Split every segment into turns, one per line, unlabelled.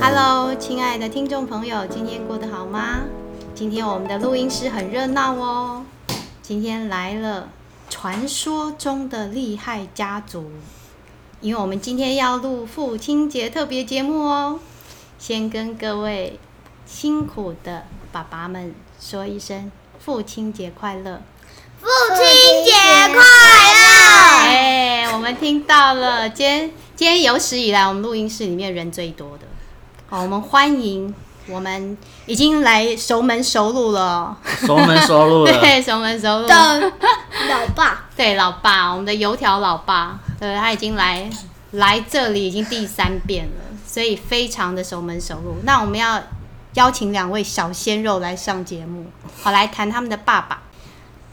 Hello，亲爱的听众朋友，今天过得好吗？今天我们的录音室很热闹哦。今天来了传说中的厉害家族，因为我们今天要录父亲节特别节目哦。先跟各位辛苦的爸爸们说一声父亲节快乐！
父亲节快乐！
哎，我们听到了，今天今天有史以来我们录音室里面人最多的。好，我们欢迎我们已经来熟门熟路了哦，
熟门熟路了。
对，熟门熟路
的老爸，
对，老爸，我们的油条老爸，对，他已经来来这里已经第三遍了，所以非常的熟门熟路。那我们要邀请两位小鲜肉来上节目，好来谈他们的爸爸。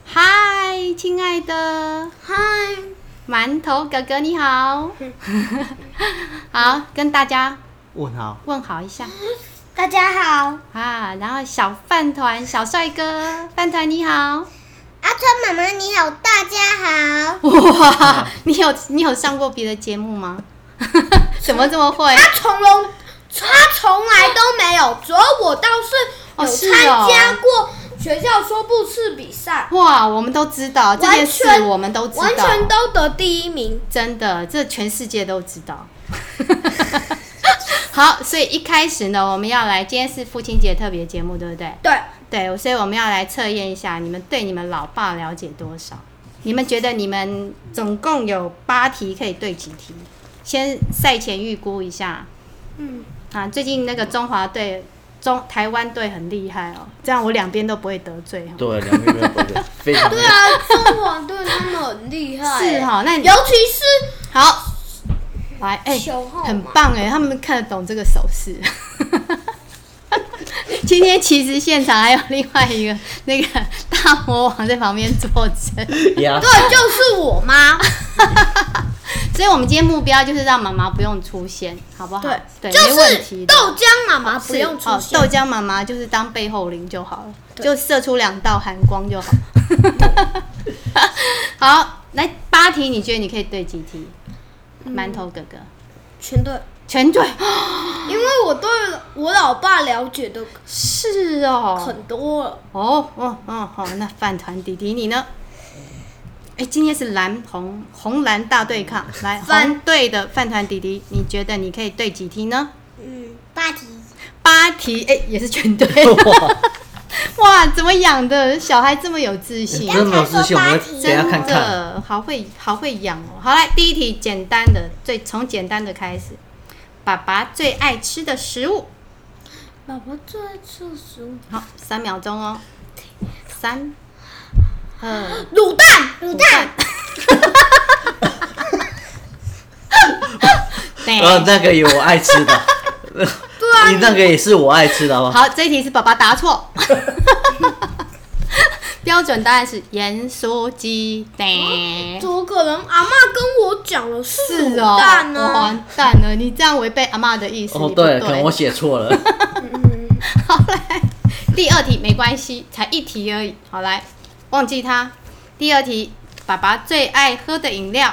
嗨，亲爱的，
嗨，
馒头哥哥你好，好跟大家
问好，
问好一下
大家好，
啊，然后小饭团小帅哥饭团你好，
阿川妈妈你好，大家好。
哇， 你有你有上过别的节目吗？ 怎么这么会？
他从容，他从来都没有，只有我倒
哦
是
是
有
哦
参加过学校说不是比赛，
哇，我们都知道这件事
完，全
我们都知
完
道，
全都得第一名。
真的，这全世界都知道。 好，所以一开始呢，我们要来，今天是父亲节特别节目，对不对？
对，
对，所以我们要来测验一下你们对你们老爸了解多少？你们觉得你们总共有八题可以对几题？先赛前预估一下
嗯，
啊！最近那个中华队、中台湾队很厉害哦，这样我两边都不会得罪哦。
对，两边没有不对，非常
对啊，中华队他们很厉害，
是哦哈、那你
尤其是
好，来，哎、
球后
很
嘛
棒哎，他们看得懂这个手势。 今天其实现场还有另外一个那个大魔王在旁边坐着，
呀，
对，就是我 妈，
所以我们今天目标就是让妈妈不用出现，好不好？
对，
没问题的。
就是豆浆妈妈不
是
用出
哦，
现
豆，浆妈妈就是当背后灵就好了，就射出两道寒光就好。 好，来八题，你觉得你可以对几题？馒头哥哥
全对。
全 对，
因为我对我老爸了解的
是哦，
嗯很多了，
哦哦哦，好，那饭团弟弟你呢？哎，今天是蓝红红蓝大对抗，来
饭
红队的嗯饭团弟弟，你觉得你可以对几题呢？
嗯，八题，
八题，哎，也是全对。 哇，怎么养的小孩这么有自 信？
真的没有自信，我们等一下嗯看
真
看。
的好会好会养哦。好，来第一题，简单的，最从简单的开始。爸爸最爱吃的食物，
爸爸最爱吃的食物，
好，三秒钟哦，三，二。
卤蛋，卤 蛋，
对，
呃，那个也我爱吃的，你那个也是我爱吃的好不好？
好，这一题是爸爸答错。 标准答案是盐酥鸡
哦
对
怎么可能？阿妈跟我讲了是卤
是哦，
蛋呢、
我完蛋了！你这样违背阿妈的意思。
哦
你，不
对，
对，
可能我写错了。
好来，第二题没关系，才一题而已。好来，忘记它。第二题，爸爸最爱喝的饮料。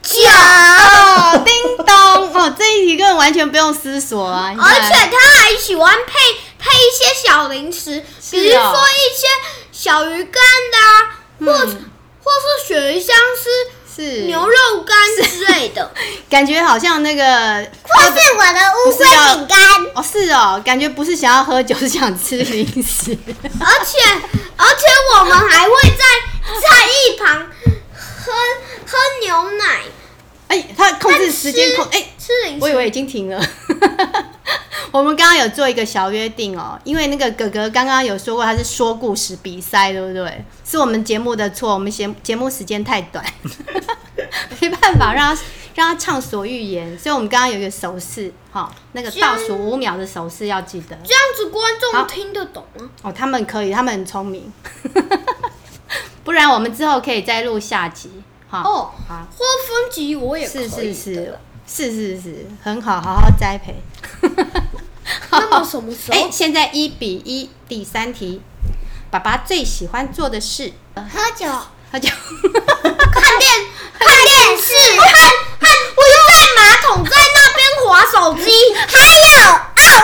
酒，
哦，叮咚！哦，这一题根本完全不用思索啊！你看
而且他还喜欢配配一些小零食，
是哦
比如说一些小鱼干的、啊，或是或是雪鱼香丝、
嗯是
牛肉干之类 的，
感觉好像那个
或是我的乌
龟饼
干。
哦，是哦，感觉不是想要喝酒，是想吃零食。
而且而且我们还会在在一旁喝喝牛奶，
哎、他控制时间控，哎、
吃零
我以
食。
为已经停了。 我们刚刚有做一个小约定哦，因为那个哥哥刚刚有说过他是说故事比赛，对不对？是我们节目的错，我们节节目时间太短， 没办法让他让他畅所欲言，所以我们刚刚有一个手势，哈、那个倒数五秒的手势要记得。
这样子观
好
众听得懂吗？
哦，他们可以，他们很聪明。 不然我们之后可以再录下集。好
哦
好，
或分级我也可
是
以的
是是是是是，很好，好好栽培。
那么什么时
哎、
候？
现在一比一，第三题，爸爸最喜欢做的事，
喝酒、
他 就
看电、看电视、看看我又在马桶在那边划手机，还有按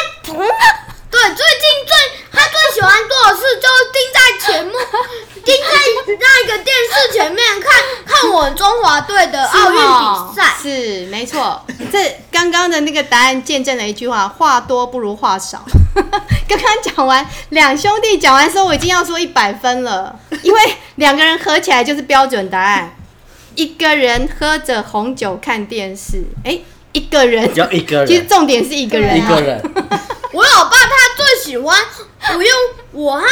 我们中华队的
是
奥运
哦
比赛。
是没 错。这刚刚的那个答案见证了一句话：话多不如话少。 刚刚讲完两兄弟讲完之后，我已经要说一百分了，因为两个人合起来就是标准答案。一个人喝着红酒看电视，哎、一个人，
要一个
其实
人，
重点是一个人、啊，
一个人，
我老爸他最喜欢我用我和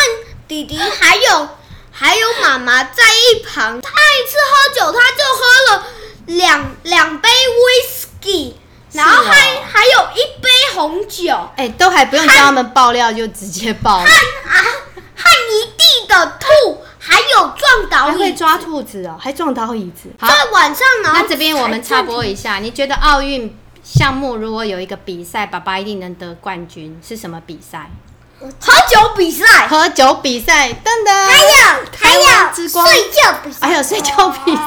弟弟还有还有妈妈在一旁。他一次喝酒，他就喝了两两杯 whisky，然后
是哦
还、还有一杯红酒，和
哎、都还不用教他们爆料，就直接爆了，
啊和一地的吐，还有撞倒
还啊会
椅。
抓兔子哦，还撞到椅子。好，
在晚上，然后
那这边我们插播一下，你觉得奥运项目如果有一个比赛，爸爸一定能得冠军，是什么比赛？
喝酒比赛，
喝酒比赛，噔噔。
还有还
台湾
有
之光
睡觉比赛，
还有睡觉比赛。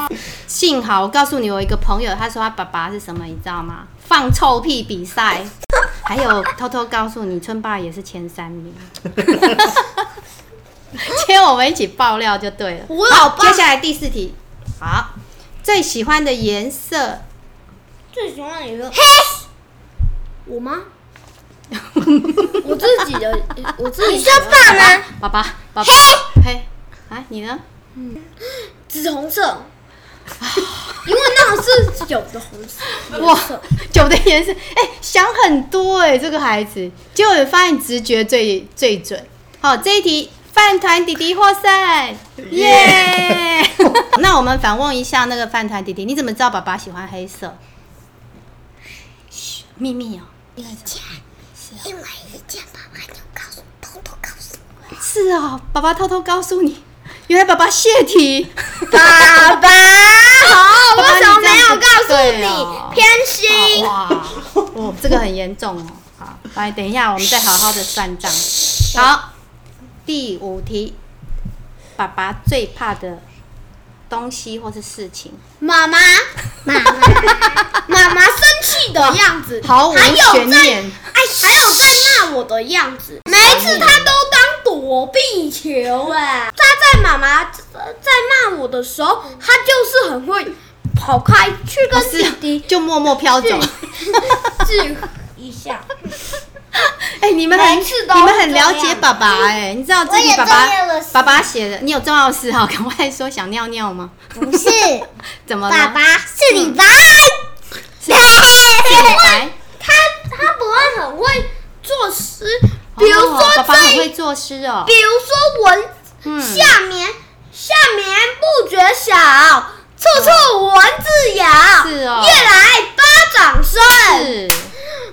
幸好我告诉你，我一个朋友，他说他爸爸是什么，你知道吗？放臭屁比 赛。还有偷偷告诉你，春爸也是前三名。 今天我们一起爆料就对了。
我老
接
爸
下来第四题，好，最喜欢的颜色
最喜欢一个黑，我吗？我自己的，我自己你啊说爸吗？
爸爸，爸爸，嘿，啊，你呢？
紫红色，因为那种是酒的红色。
哇，酒的颜色，哎、想很多哎、这个孩子，结果发现直觉最最准。好，这一题饭团弟弟获胜，耶！ 那我们反问一下那个饭团弟弟，你怎么知道爸爸喜欢黑色？嘘，秘密哦。
以前，因为以前爸爸就告诉，偷偷告诉
是哦，爸爸偷偷告诉你，原来爸爸泄题。
爸爸，好，
爸爸
哦为什么
你这
没
样
有
子
告诉
对哦
你？偏心。
哇，哦，这个很严重哦。好，来，等一下，我们再好好的算账。好，第五题，爸爸最怕的东西或是事情，
妈妈，妈妈，妈妈生气的样 子，
毫无
还有
悬
在
念。
哎，还有在骂我的样子。每一次他都当躲避球哎、他在妈妈在骂我的时候，他就是很会跑开去跟弟
哦是，
弟
就默默飘走。
治一下。
哎、你们很
每次都是
你们很了
这
解
样
爸爸哎、你知道这
我
题
也
爸爸
重要的事
爸爸写的，你有重要的事哈，赶快说想尿尿吗？
不是
怎么了？
是你爸。
嗯是 来，
他他不会很会作诗，比如
哦
说
爸爸很
这，
会作诗哦
比。如说文
嗯
下面下面不觉晓，处处蚊子咬。
是哦
夜来巴掌声，
是。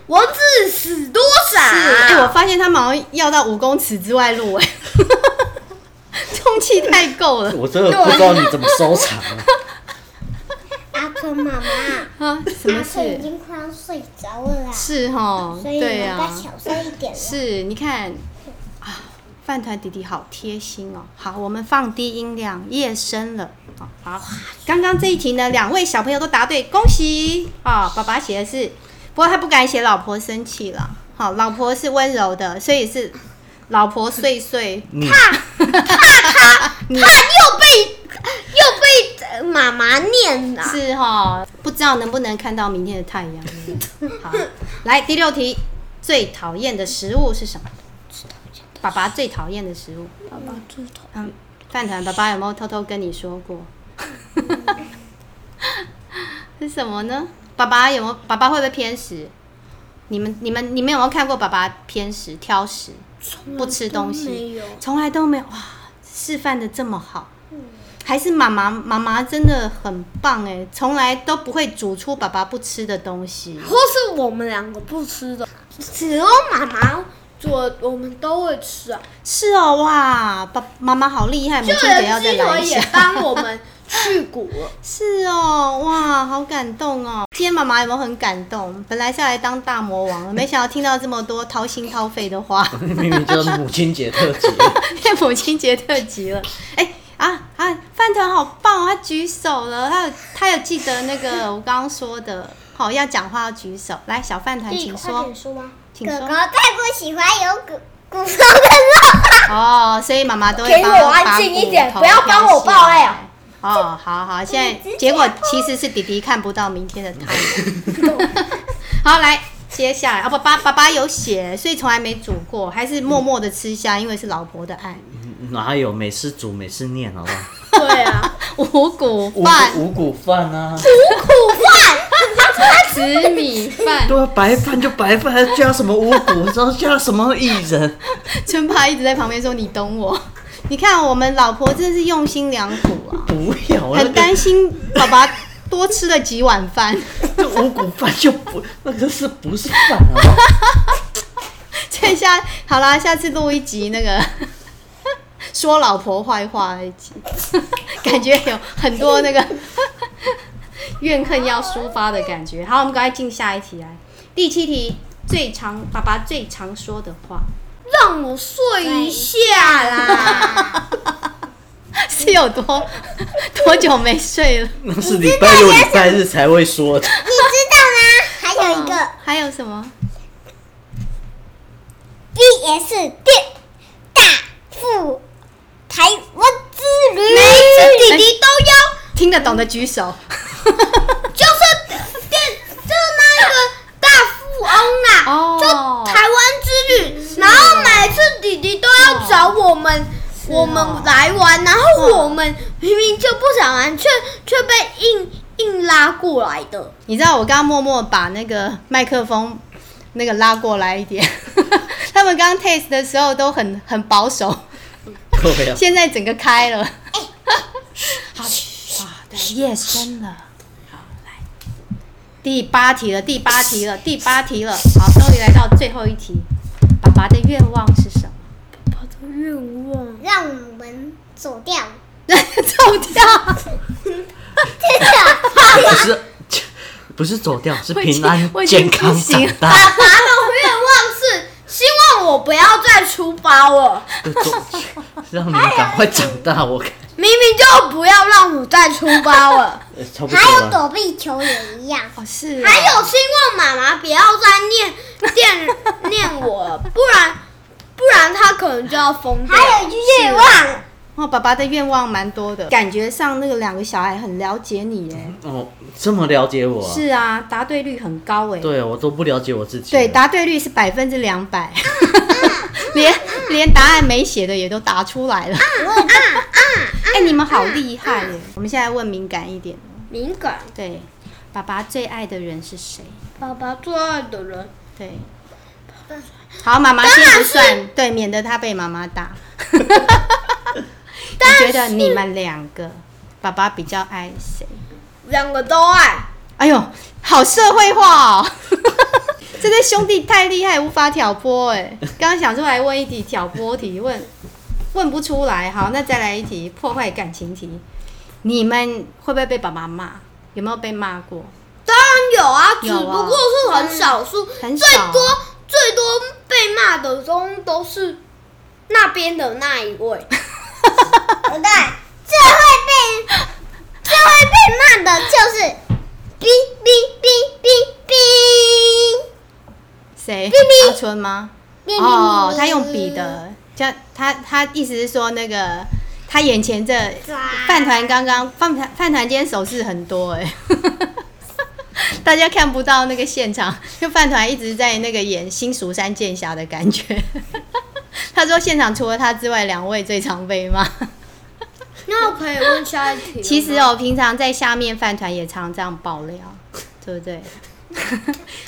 蚊子死多少？
是，哎、我发现他们好像要到五公尺之外录，哎， 充气太够了
我真的不知道你怎么收场了。
阿克妈妈，
啊！什么
阿克已
事？
经快要睡着了啦，
是哦，
所以
对
你
呀、
们小声一点了。
是，你看啊，饭团弟弟好贴心哦。好，我们放低音量，夜深了。好，好刚刚这一题呢，两位小朋友都答对，恭喜啊、爸爸写的是，不过他不敢写老婆生气了。好，老婆是温柔的，所以是老婆碎碎。
你
你
他又被又被呃妈妈念了。
是哈、不知道能不能看到明天的太阳。好，来第六题，最讨厌的食物是什么？爸爸最讨厌的食物。
爸爸最讨
嗯，饭团爸爸有没有偷偷跟你说过？ 是什么呢？爸爸有没有？爸爸会不会偏食？你们、你们、你们有没有看过爸爸偏食、挑食、
啊
不吃东西？
没有。
从来都没有哇，示范的这么好，还是妈妈妈妈真的很棒哎，从来都不会煮出爸爸不吃的东西。
或是我们两个不吃的，只有妈妈做，我们都会吃啊。
是哦，哇，爸妈妈好厉害，母
就
亲节
连
要再
鸡
来
腿
一下
也。帮我们去 骨了。
是哦，哇，好感动哦！今天妈妈有没有很感动？本来是来当大魔王 的，没想到听到这么多掏心掏肺的话，
明明就是母亲节特辑，
变母亲节特辑了。哎、啊啊，饭团好棒、哦，他举手了，他有他有记得那个我刚刚说的，好、要讲话要举手。来，小饭团，请
快
说
点，说吧。
请
哥哥
说。
最不喜欢有骨骨头的肉。
哦，所以妈妈都会
给
帮他
我安
拔
静一
骨
点
头
不要帮我哎
挑起
爆
来
料
哦，好好， 现在结果其实是弟弟看不到明天的太 阳。好，来，接下来啊，爸爸爸爸有写，所以从来没煮过，还是默默的吃下，因为是老婆的爱。
哪有每次煮每次念好不好？
对啊，
五谷
五
饭、
五谷饭啊，
紫米饭，
对啊，白饭就白饭，还加什么五谷？知道加什么薏仁？
春爸一直在旁边说：“你懂我。”你看我们老婆真是用心良苦啊，
不要，那
很
个
担心爸爸多吃了几碗饭。
这五谷饭就不那个是不是饭啊？好不好
这下好啦，下次录一集那个说老婆坏话那一集，感觉有很多那个 怨恨要抒发的感觉。好，我们赶快进下一题来。第七题，最常爸爸最常说的话
让我睡一下
啊
啦。
是有多 多久没睡了？
那是礼拜六、礼拜日才会说的。
你知道吗？还有一个
还有什么？
DS 店大富台湾之旅，
每次弟弟都要。
听得懂的举 手。
就是电，就是那个大富翁啦，
哦
就台湾之旅，然后每次弟弟都要找我们。我们来玩，然后我们明明就不想玩，却却被硬硬拉过来的。
你知道我刚刚默默把那个麦克风那个拉过来一点， 他们刚 taste 的时候都很很保守。
对 呀、
现在整个开 了。好，对，夜深了。好，来，第八题了，第八题了，第八题了。好，终于来到最后一题。爸爸的愿望是 什么？
我的愿望，
让我们走掉。
走掉，
不是不是走掉，是平安
我已经
健康
我已经
长
不行
爸
大。
爸的愿望是希望我不要再出包了，
对走让你们赶快长大，我看
明明就不要让我再出包了。
呃差不多
还有
了。
躲避球也一样，
哦是啊，
还有希望妈妈不要再念念念我了，不然不然她可能就要疯掉。
还有愿望，
哦，爸爸的愿望蛮多的，感觉上那个两个小孩很了解你耶。
哦，这么了解我、啊？
是啊，答对率很高哎。
对，我都不了解我自己。
对，答对率是百分之两百，连连答案没写的也都答出来了。哎、你们好厉害耶！我们现在问敏感一点，
敏感，
对，爸爸最爱的人是谁？
爸爸最爱的人，
对，好，妈妈先不算，对，免得他被妈妈打。 你觉得你们两个，爸爸比较爱谁？
两个都爱。
哎呦，好社会化哦！ 这对兄弟太厉害，无法挑拨哎。刚刚想出来问一题挑拨题，问问不出来。好，那再来一题破坏感情题。你们会不会被爸爸骂？有没有被骂过？
当然有啊，只
有啊
不过是很少数，
嗯很少
最多最多被骂的中都是那边的那一 位。
不对，最会被最会被骂的就是哔哔哔哔哔
谁？
咪
阿春吗？
咪咪
哦，他用笔的，叫他他意思是说那个他眼前这饭团刚刚饭团饭团今天手势很多哎、 大家看不到那个现场，就饭团一直在那个演新蜀山剑侠的感觉。 他说现场除了他之外，两位最常被骂。
那我可以问下一题了吗？
其实哦，平常在下面饭团也常这样爆料，对不对？
对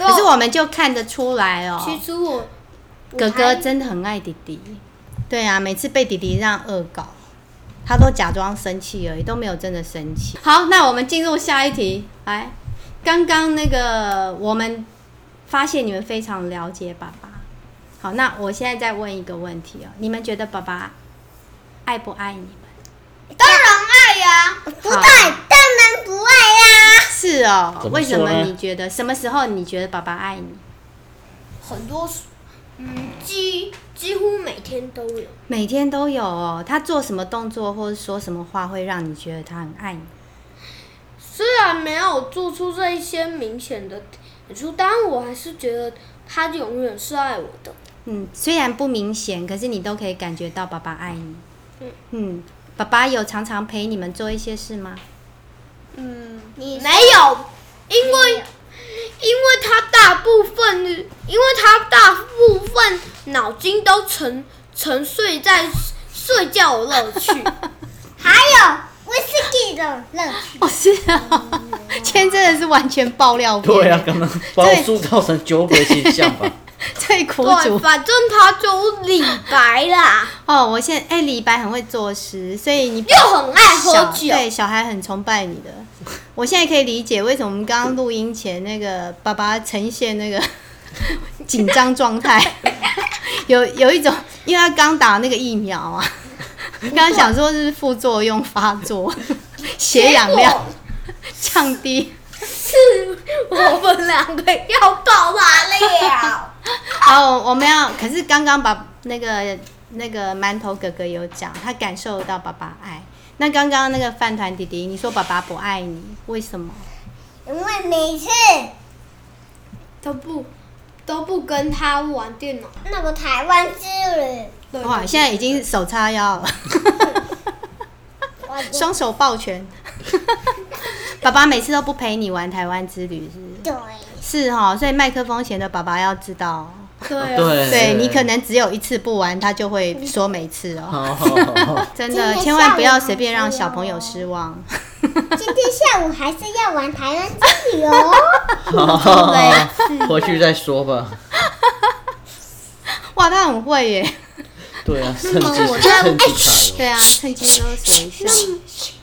哦
可是我们就看得出来哦，
其实我
哥哥真的很爱弟弟，对啊，每次被弟弟让恶搞，他都假装生气而已，都没有真的生气。好，那我们进入下一题，来，刚刚那个我们发现你们非常了解爸爸，好，那我现在再问一个问题哦，你们觉得爸爸爱不爱你们？
当然爱呀、
不对，当然不爱啦、
是哦，
怎么
为什么
说呢
你觉得？什么时候你觉得爸爸爱你？
很多时，嗯，几几乎每天都有。
每天都有哦，他做什么动作或者说什么话会让你觉得他很爱你？
虽然没有做出这一些明显的演出，但我还是觉得他永远是爱我的。
嗯，虽然不明显，可是你都可以感觉到爸爸爱你。嗯爸爸有常常陪你们做一些事吗？
嗯，
你
没有，因为因为他大部分，因为他大部分脑筋都沉沉睡在睡觉的乐趣。
还有威士忌的乐趣，
哦，是啊， 今天真的是完全爆料片。
对啊，刚刚把我塑造成酒鬼形象吧。
最苦
对，
主
反正他就李白 啦，
哦！我现哎、李白很会作诗，所以 你
又很爱喝
小
酒。
对小孩很崇拜你的。我现在可以理解为什么我们刚刚录音前那个爸爸呈现那个 紧张状态， 有有一种，因为他刚打那个疫苗啊，刚刚想说是副作用发作，血氧量 降低。
是我们两个要爆他了。
好，我们要，可是刚刚把那个那个馒头哥哥有讲，他感受到爸爸爱。那刚刚那个饭团弟弟，你说爸爸不爱你，为什么？
因为每次
都不都不跟他玩电脑。
那个台湾之旅，
对
哇，现在已经手叉腰 了，
我
双手抱拳。 爸爸每次都不陪你玩台湾之旅，是
对，
是哈、哦，所以麦克风前的爸爸要知道哦，
对啊
对，
对你可能只有一次不玩，他就会说每次哦，
好好好好，
真
今
的
天
千万不要
下午
随便让
还有
小朋友失望。
今天下午还是要玩台湾之 旅哦。
好好好， 回去再说吧。
哇，他很会耶。
对 啊，趁机
嗯我
趁机。
对啊，趁机勒索一下。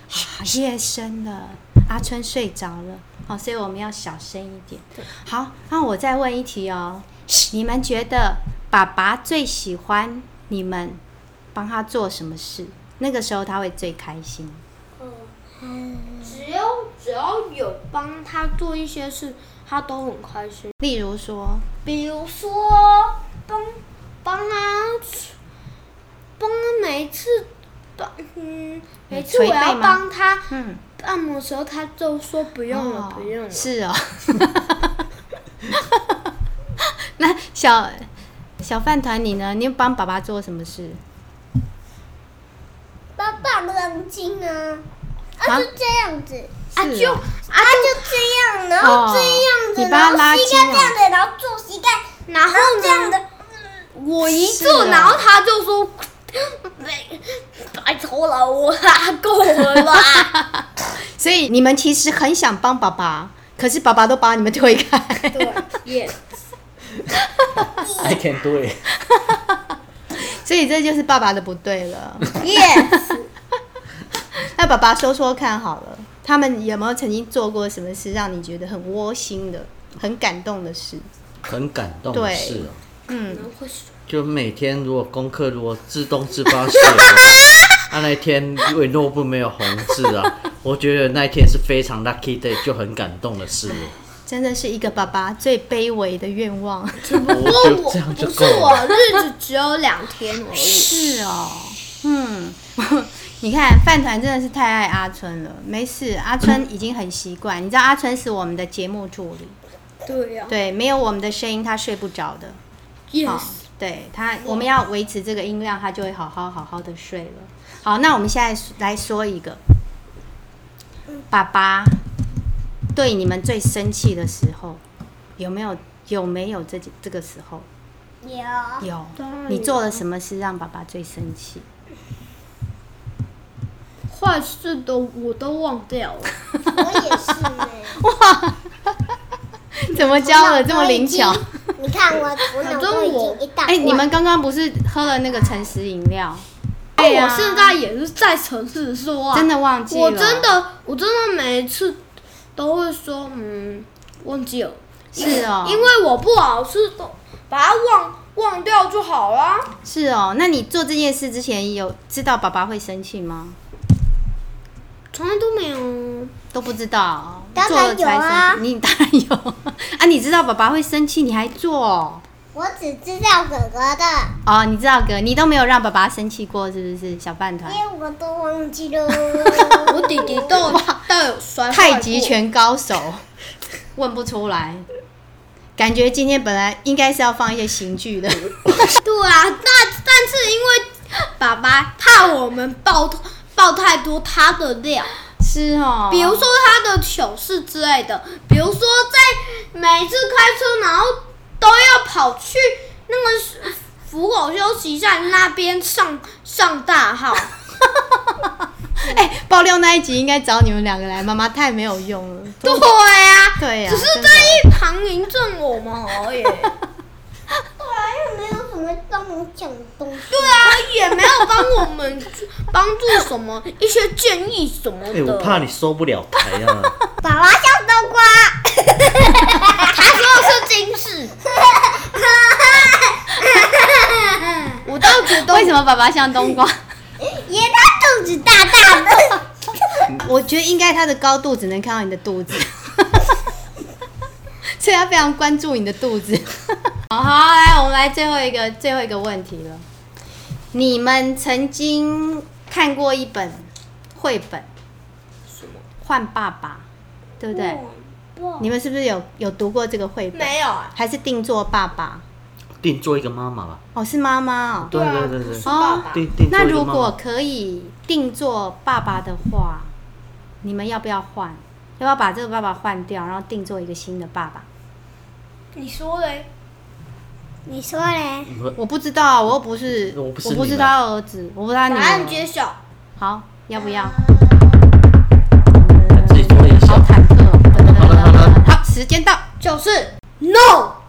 啊，夜深了，阿春睡着了，好、所以我们要小声一点。好，那我再问一题哦，你们觉得爸爸最喜欢你们帮他做什么事？那个时候他会最开心。
只要只要有帮他做一些事，他都很开心。
例如说，
比如说帮帮他帮他每一次帮嗯每次我
捶背
要
吗
帮他
嗯，
按摩的时候，他就说不用了，
哦
不用了。
是哦。 那小小饭团你呢？你帮爸爸做什么事？
爸爸冷静啊，
啊
啊就这样子，
啊
是
就
哦
啊就这样，然后这样子，
你把
然
它
后膝
拉
盖
筋啊
这样子，然后做膝盖，
然后
然后这样
呢，
的，啊
我一
是
做，
哦
然后他就说。拜拜托了，我啦，够了啦。
所以你们其实很想帮爸爸，可是爸爸都把你们推开。
对，耶、
哎
I can do it。
所以这就是爸爸的不对了。
耶，
那爸爸说说看好了，他们有没有曾经做过什么事让你觉得很窝心的、很感动的事？
很感动的事哦、
嗯，
然后说
就每天如果功课如果自动自发写啊， 啊那一天因为诺布没有红字啊， 我觉得那一天是非常 lucky day，就很感动的事哦了。
真的是一个爸爸最卑微的愿望。
我
不
觉得
过
这样
我
就
不
够
是
了。
我日子只有两天而已。
是哦，嗯， 你看饭团真的是太爱阿春了。没事，阿春已经很习惯。你知道阿春是我们的节目助理，
对呀、
对，没有我们的声音他睡不着的。好
yes，，
啊对他，我们要维持这个音量，他就会好好好好的睡了。好，那我们现在来说一个，爸爸对你们最生气的时候，有没有有没有这这个时候？
有
有
当然，
你
有
做了什么事让爸爸最生 气？
坏事都我都忘掉了。
我也是哎。
怎么教哦的这么灵巧？
你看我头脑都已经一大
哎、
罐。
你们刚刚不是喝了那个诚实饮料？
哎、
呀
我现在也是在城市说啊，
啊真的忘记了，
我真的我真的每一次都会说嗯忘记了，
是哦，
因为我不好吃都把它忘忘掉就好啦。
是哦。那你做这件事之前有知道爸爸会生气吗？
从来都没有，
都不知道，
当然
做了才
有啊
生气你当然有啊！你知道爸爸会生气，你还做哦？
我只知道哥哥的，
哦你知道哥，你都没有让爸爸生气过，是不是？小饭团，
因为我都忘记 了。
我弟弟都有都有摔坏过
太极，拳高手，问不出来。感觉今天本来应该是要放一些刑具 的，
对啊，那但是因为爸爸怕我们爆爆太多他的料，
是哦，
比如说他的糗事之类的，比如说在每次开车，然后都要跑去那个福口休息站那边上上大 号，
哎、爆料那一集应该找你们两个来，妈妈太没有用了。
对呀、
对呀、
啊
只是
真的
在一旁迎正我们而已。
对啊，又没有什么帮我讲的东西。
对啊，也没有帮我们帮助什么一些建议什么
哎、
的。
我怕你收不了台啊！
爸爸像冬瓜，
他说的是金饰，我倒觉得
为什么爸爸像冬瓜？
因为他肚子大大的。
我觉得应该他的高度只能看到你的肚子， 所以他非常关注你的肚子。 好，好，来，我们来最后一个最后一个问题了。你们曾经看过一本绘本，换爸爸，对不对？
不
你们是不是有有读过这个绘本？
没有啊。
还是定做爸爸？
定做一个妈妈吧。
哦，是妈妈哦。
对
啊
对对对
是，爸爸
定定做
那
一个
如
妈
果
妈。
可以定做爸爸的话，你们要不要换？要不要把这个爸爸换掉，然后定做一个新的爸爸？
你说嘞？
你说嘞？
我不知道，我又不是，
我不是
我不
你
知
们
道他儿子，我不知道他
啊
答
女
案
儿。
揭晓。
好，要不要？
自己做一
好
下。
忐忑哦。
好了好了
好，时间到，
就是 no，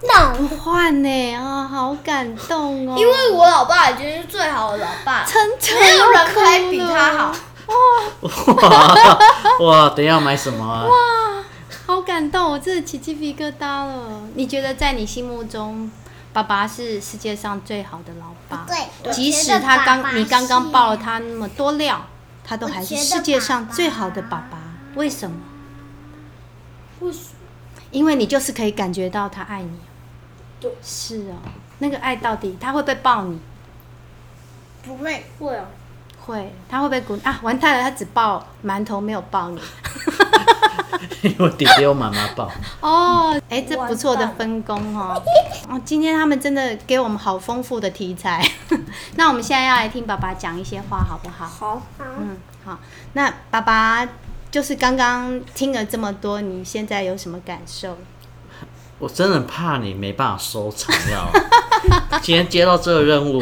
那
不换呢啊，好感动哦。
因为我老爸已经是最好的老爸了，
晨晨
没有人
要哭
可以比他
了
好。
哇哇，等一下买什么啊？
好感动，我真的起鸡皮疙瘩了。你觉得在你心目中，爸爸是世界上最好的老爸？
对，
即使他刚
我觉得爸爸
你刚刚
是
爆了他那么多料，他都还是
我觉得
世界上最好的爸
爸
爸。为什么？
为什
因为你就是可以感觉到他爱你。
对，
是哦，那个爱到底他会不会抱你？
不会，
会啊？
会，他会不会鼓啊？完蛋了，他只抱馒头没有抱 你。
因为弟弟有妈妈抱。
哦，哎，这不错的
完蛋
分工哦。哦，今天他们真的给我们好丰富的题材。 那我们现在要来听爸爸讲一些话，好不好？
好，
嗯，好。那爸爸就是刚刚听了这么多，你现在有什么感受？
我真的很怕你没办法收场要。 今天接到这个任务，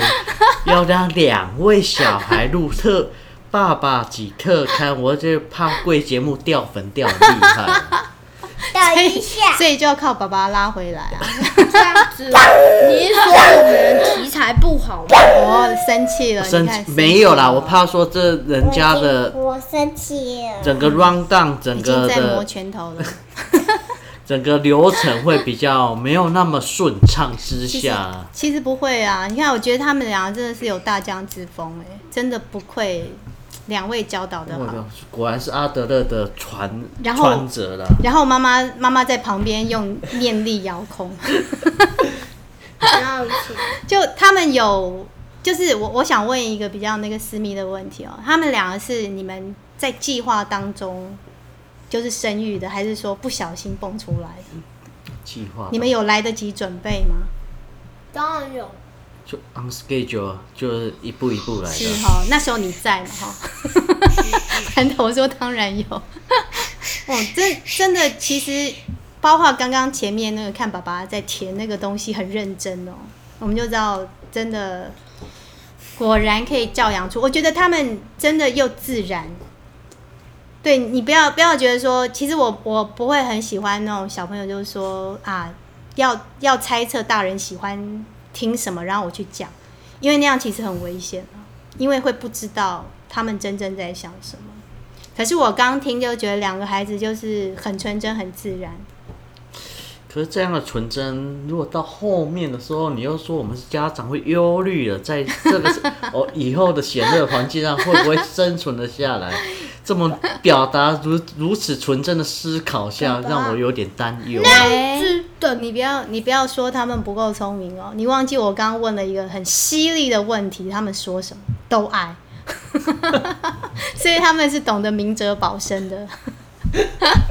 要让两位小孩录特爸爸几特刊，我就怕贵节目掉粉掉很厉
哦
害。
等一下，
所以就要靠爸爸拉回来啊！
这样 子，你是说我们题材不好吗？
哦，生气了，
我生
你看
气没有啦，
生气了
我怕说这人家的
我生气了。
整个 round down 整
已经
个
在磨
的
拳头 了。
整个流程会比较没有那么顺畅之
其实
下，
其实不会啊，你看，我觉得他们俩真的是有大将之风、哎，真的不愧两位教导的
我
好。
的哦果然是阿德勒的传
然后
传者啦。
然后妈妈妈妈在旁边用念力遥控，
然后请
就他们有，就是我我想问一个比较那个私密的问题哦，他们两个是你们在计划当中就是生育的，还是说不小心蹦出来的？
计划吧
你们有来得及准备吗？
当然有，
就 on schedule 啊就是一步一步来
是
的。
哈、那时候你在嘛哈？ 馒头说当然有。 哦，真真的，其实包括刚刚前面那个看爸爸在填那个东西很认真哦，我们就知道真的果然可以教养出。我觉得他们真的又自然。对你不要不要觉得说，其实我我不会很喜欢那种小朋友，就是说啊，要要猜测大人喜欢听什么，然后我去讲，因为那样其实很危险啊因为会不知道他们真正在想什么。可是我刚听就觉得两个孩子就是很纯真、很自然，
可是这样的纯真，如果到后面的时候，你又说我们是家长会忧虑了，在这 个哦以后的险恶环境上，会不会生存得下来？这么表达如如此纯真的思考下，让我有点担忧。
哎
是的，
你不要你不要说他们不够聪明哦，你忘记我刚刚问了一个很犀利的问题，他们说什么都爱， 所以他们是懂得明哲保身的。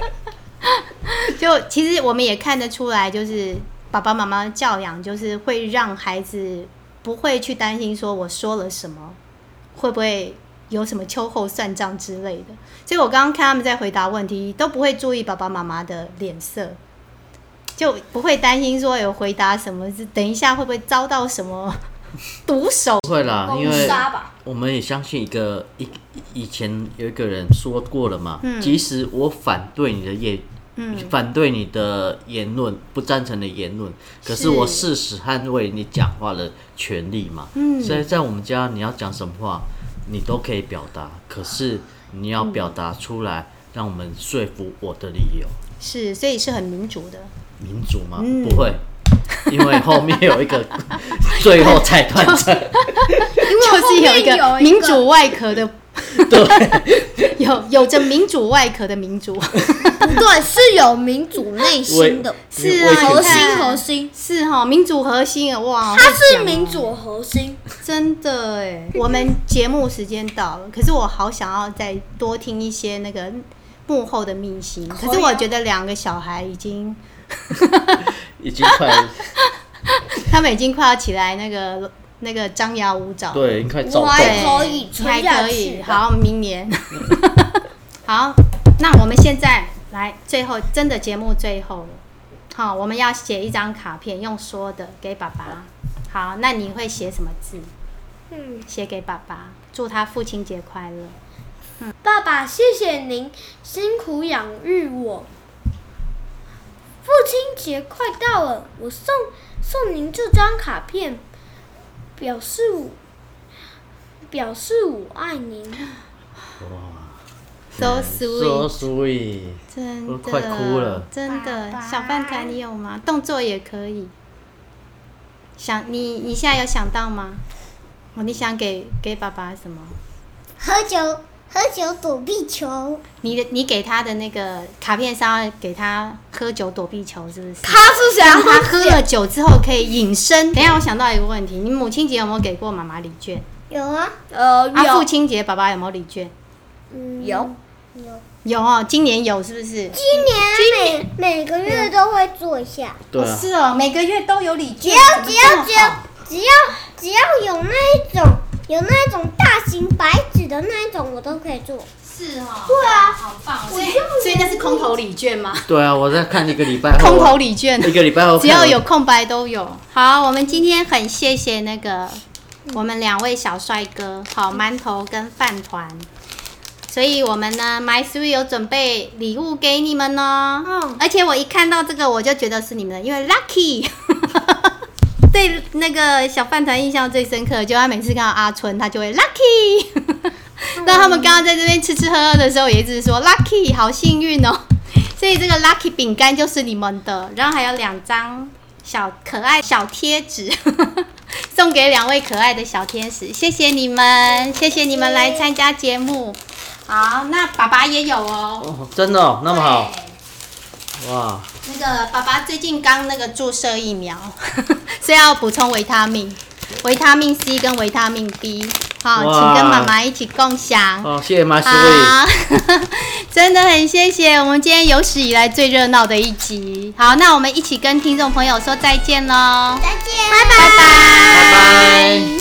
就其实我们也看得出来，就是爸爸妈妈的教养，就是会让孩子不会去担心说我说了什么会不会有什么秋后算账之类的。所以我刚刚看他们在回答问题，都不会注意爸爸妈妈的脸色，就不会担心说有回答什么，是等一下会不会遭到什 么毒手。
不会啦，啊因为
杀吧
我们也相信一个一以前有一个人说过了嘛，
嗯
即使我反对你的言，反对你的言论，不赞成的言论，可
是
是我誓死捍卫你讲话的权利嘛。
嗯
所以在我们家，你要讲什么话，你都可以表达，可是你要表达出来，让我们说服我的理由。
是，所以是很民主的。
民主吗？
嗯
不会。因为后面有 一个最后裁判战，
因为
就是有一
后
个
面
民主外壳的，对， 有有着民主外壳的民 主，
不对，是有民主内心的
是啊
因为
核
威权
你看
心，核心，
是哈、民主核心啊，哇，好
它
会
是
讲哦
民，主核心。
真的哎。我们节目时间到了，可是我好想要再多听一些那个幕后的秘辛，
可以
可
啊
是我觉得两个小孩已经，
已经快
他们已经快要起来那个那个张牙舞爪，
对，已经快躁动
哇
了。
对，
可以撑
还
下
可以。
去的
好，明年。 好，那我们现在来最后，真的节目最后了。好，我们要写一张卡片，用说的给爸爸。好，那你会写什么字？
嗯，
写给爸爸，祝他父亲节快乐。
爸爸，谢谢您辛苦养育我。父亲节快到了，我送送您这张卡片，表示我表示我爱您。
So
So
sweet，
sweet，
真的
我快哭了
真的。
爸爸
小饭团你有吗？动作也可以。想你，你现在有想到吗？哦，你想给给爸爸什么？
喝酒喝酒躲避球，
你的你给他的那个卡片上要给他喝酒躲避球，是不是？
他是想
让他喝了酒之后可以隐身。等一下，我想到一个问题，你母亲节有没有给过妈妈礼券？
有啊
呃
啊，父
有
亲节爸爸有没有礼券？
有
有。
有哦，今年有是不是？
嗯今年啊每每个月都会做一下，
对
哦
啊，
是哦，每个月都有礼
只
券
要。只要只要只要只要有那一种有那一种大型白纸的那一种，我都可以做。
是哦，
对啊，
好棒！所以所以那是空头礼券吗？
对啊，我在看一个礼拜后
空头
啊，
礼券。
一个礼拜后
只
看
要
我
有空白都有。好，我们今天很谢谢那个我们两位小帅哥，好馒头跟饭团。所以我们呢，My Three 有准备礼物给你们哦。
嗯
而且我一看到这个，我就觉得是你们的，因为 Lucky 对那个小饭团印象最深刻，就他每次看到阿春，他就会 Lucky。那嗯他们刚刚在这边吃吃喝喝的时候，也一直说 Lucky 好幸运哦。 所以这个 Lucky 饼干就是你们的，然后还有两张小可爱小贴纸， 送给两位可爱的小天使，谢谢你们，谢谢你们来参加节目。好，那爸爸也有哦，
哦，真的哦那么好哇，
那个爸爸最近刚那个注射疫苗， 所以要补充维他命，维他命 C 跟维他命 D。好，
哇
请跟妈妈一起共享。
哦，谢谢 My Sweet，
好， 真的很谢谢我们今天有史以来最热闹的一集。好，那我们一起跟听众朋友说再见喽，
再见，
拜拜。
拜拜。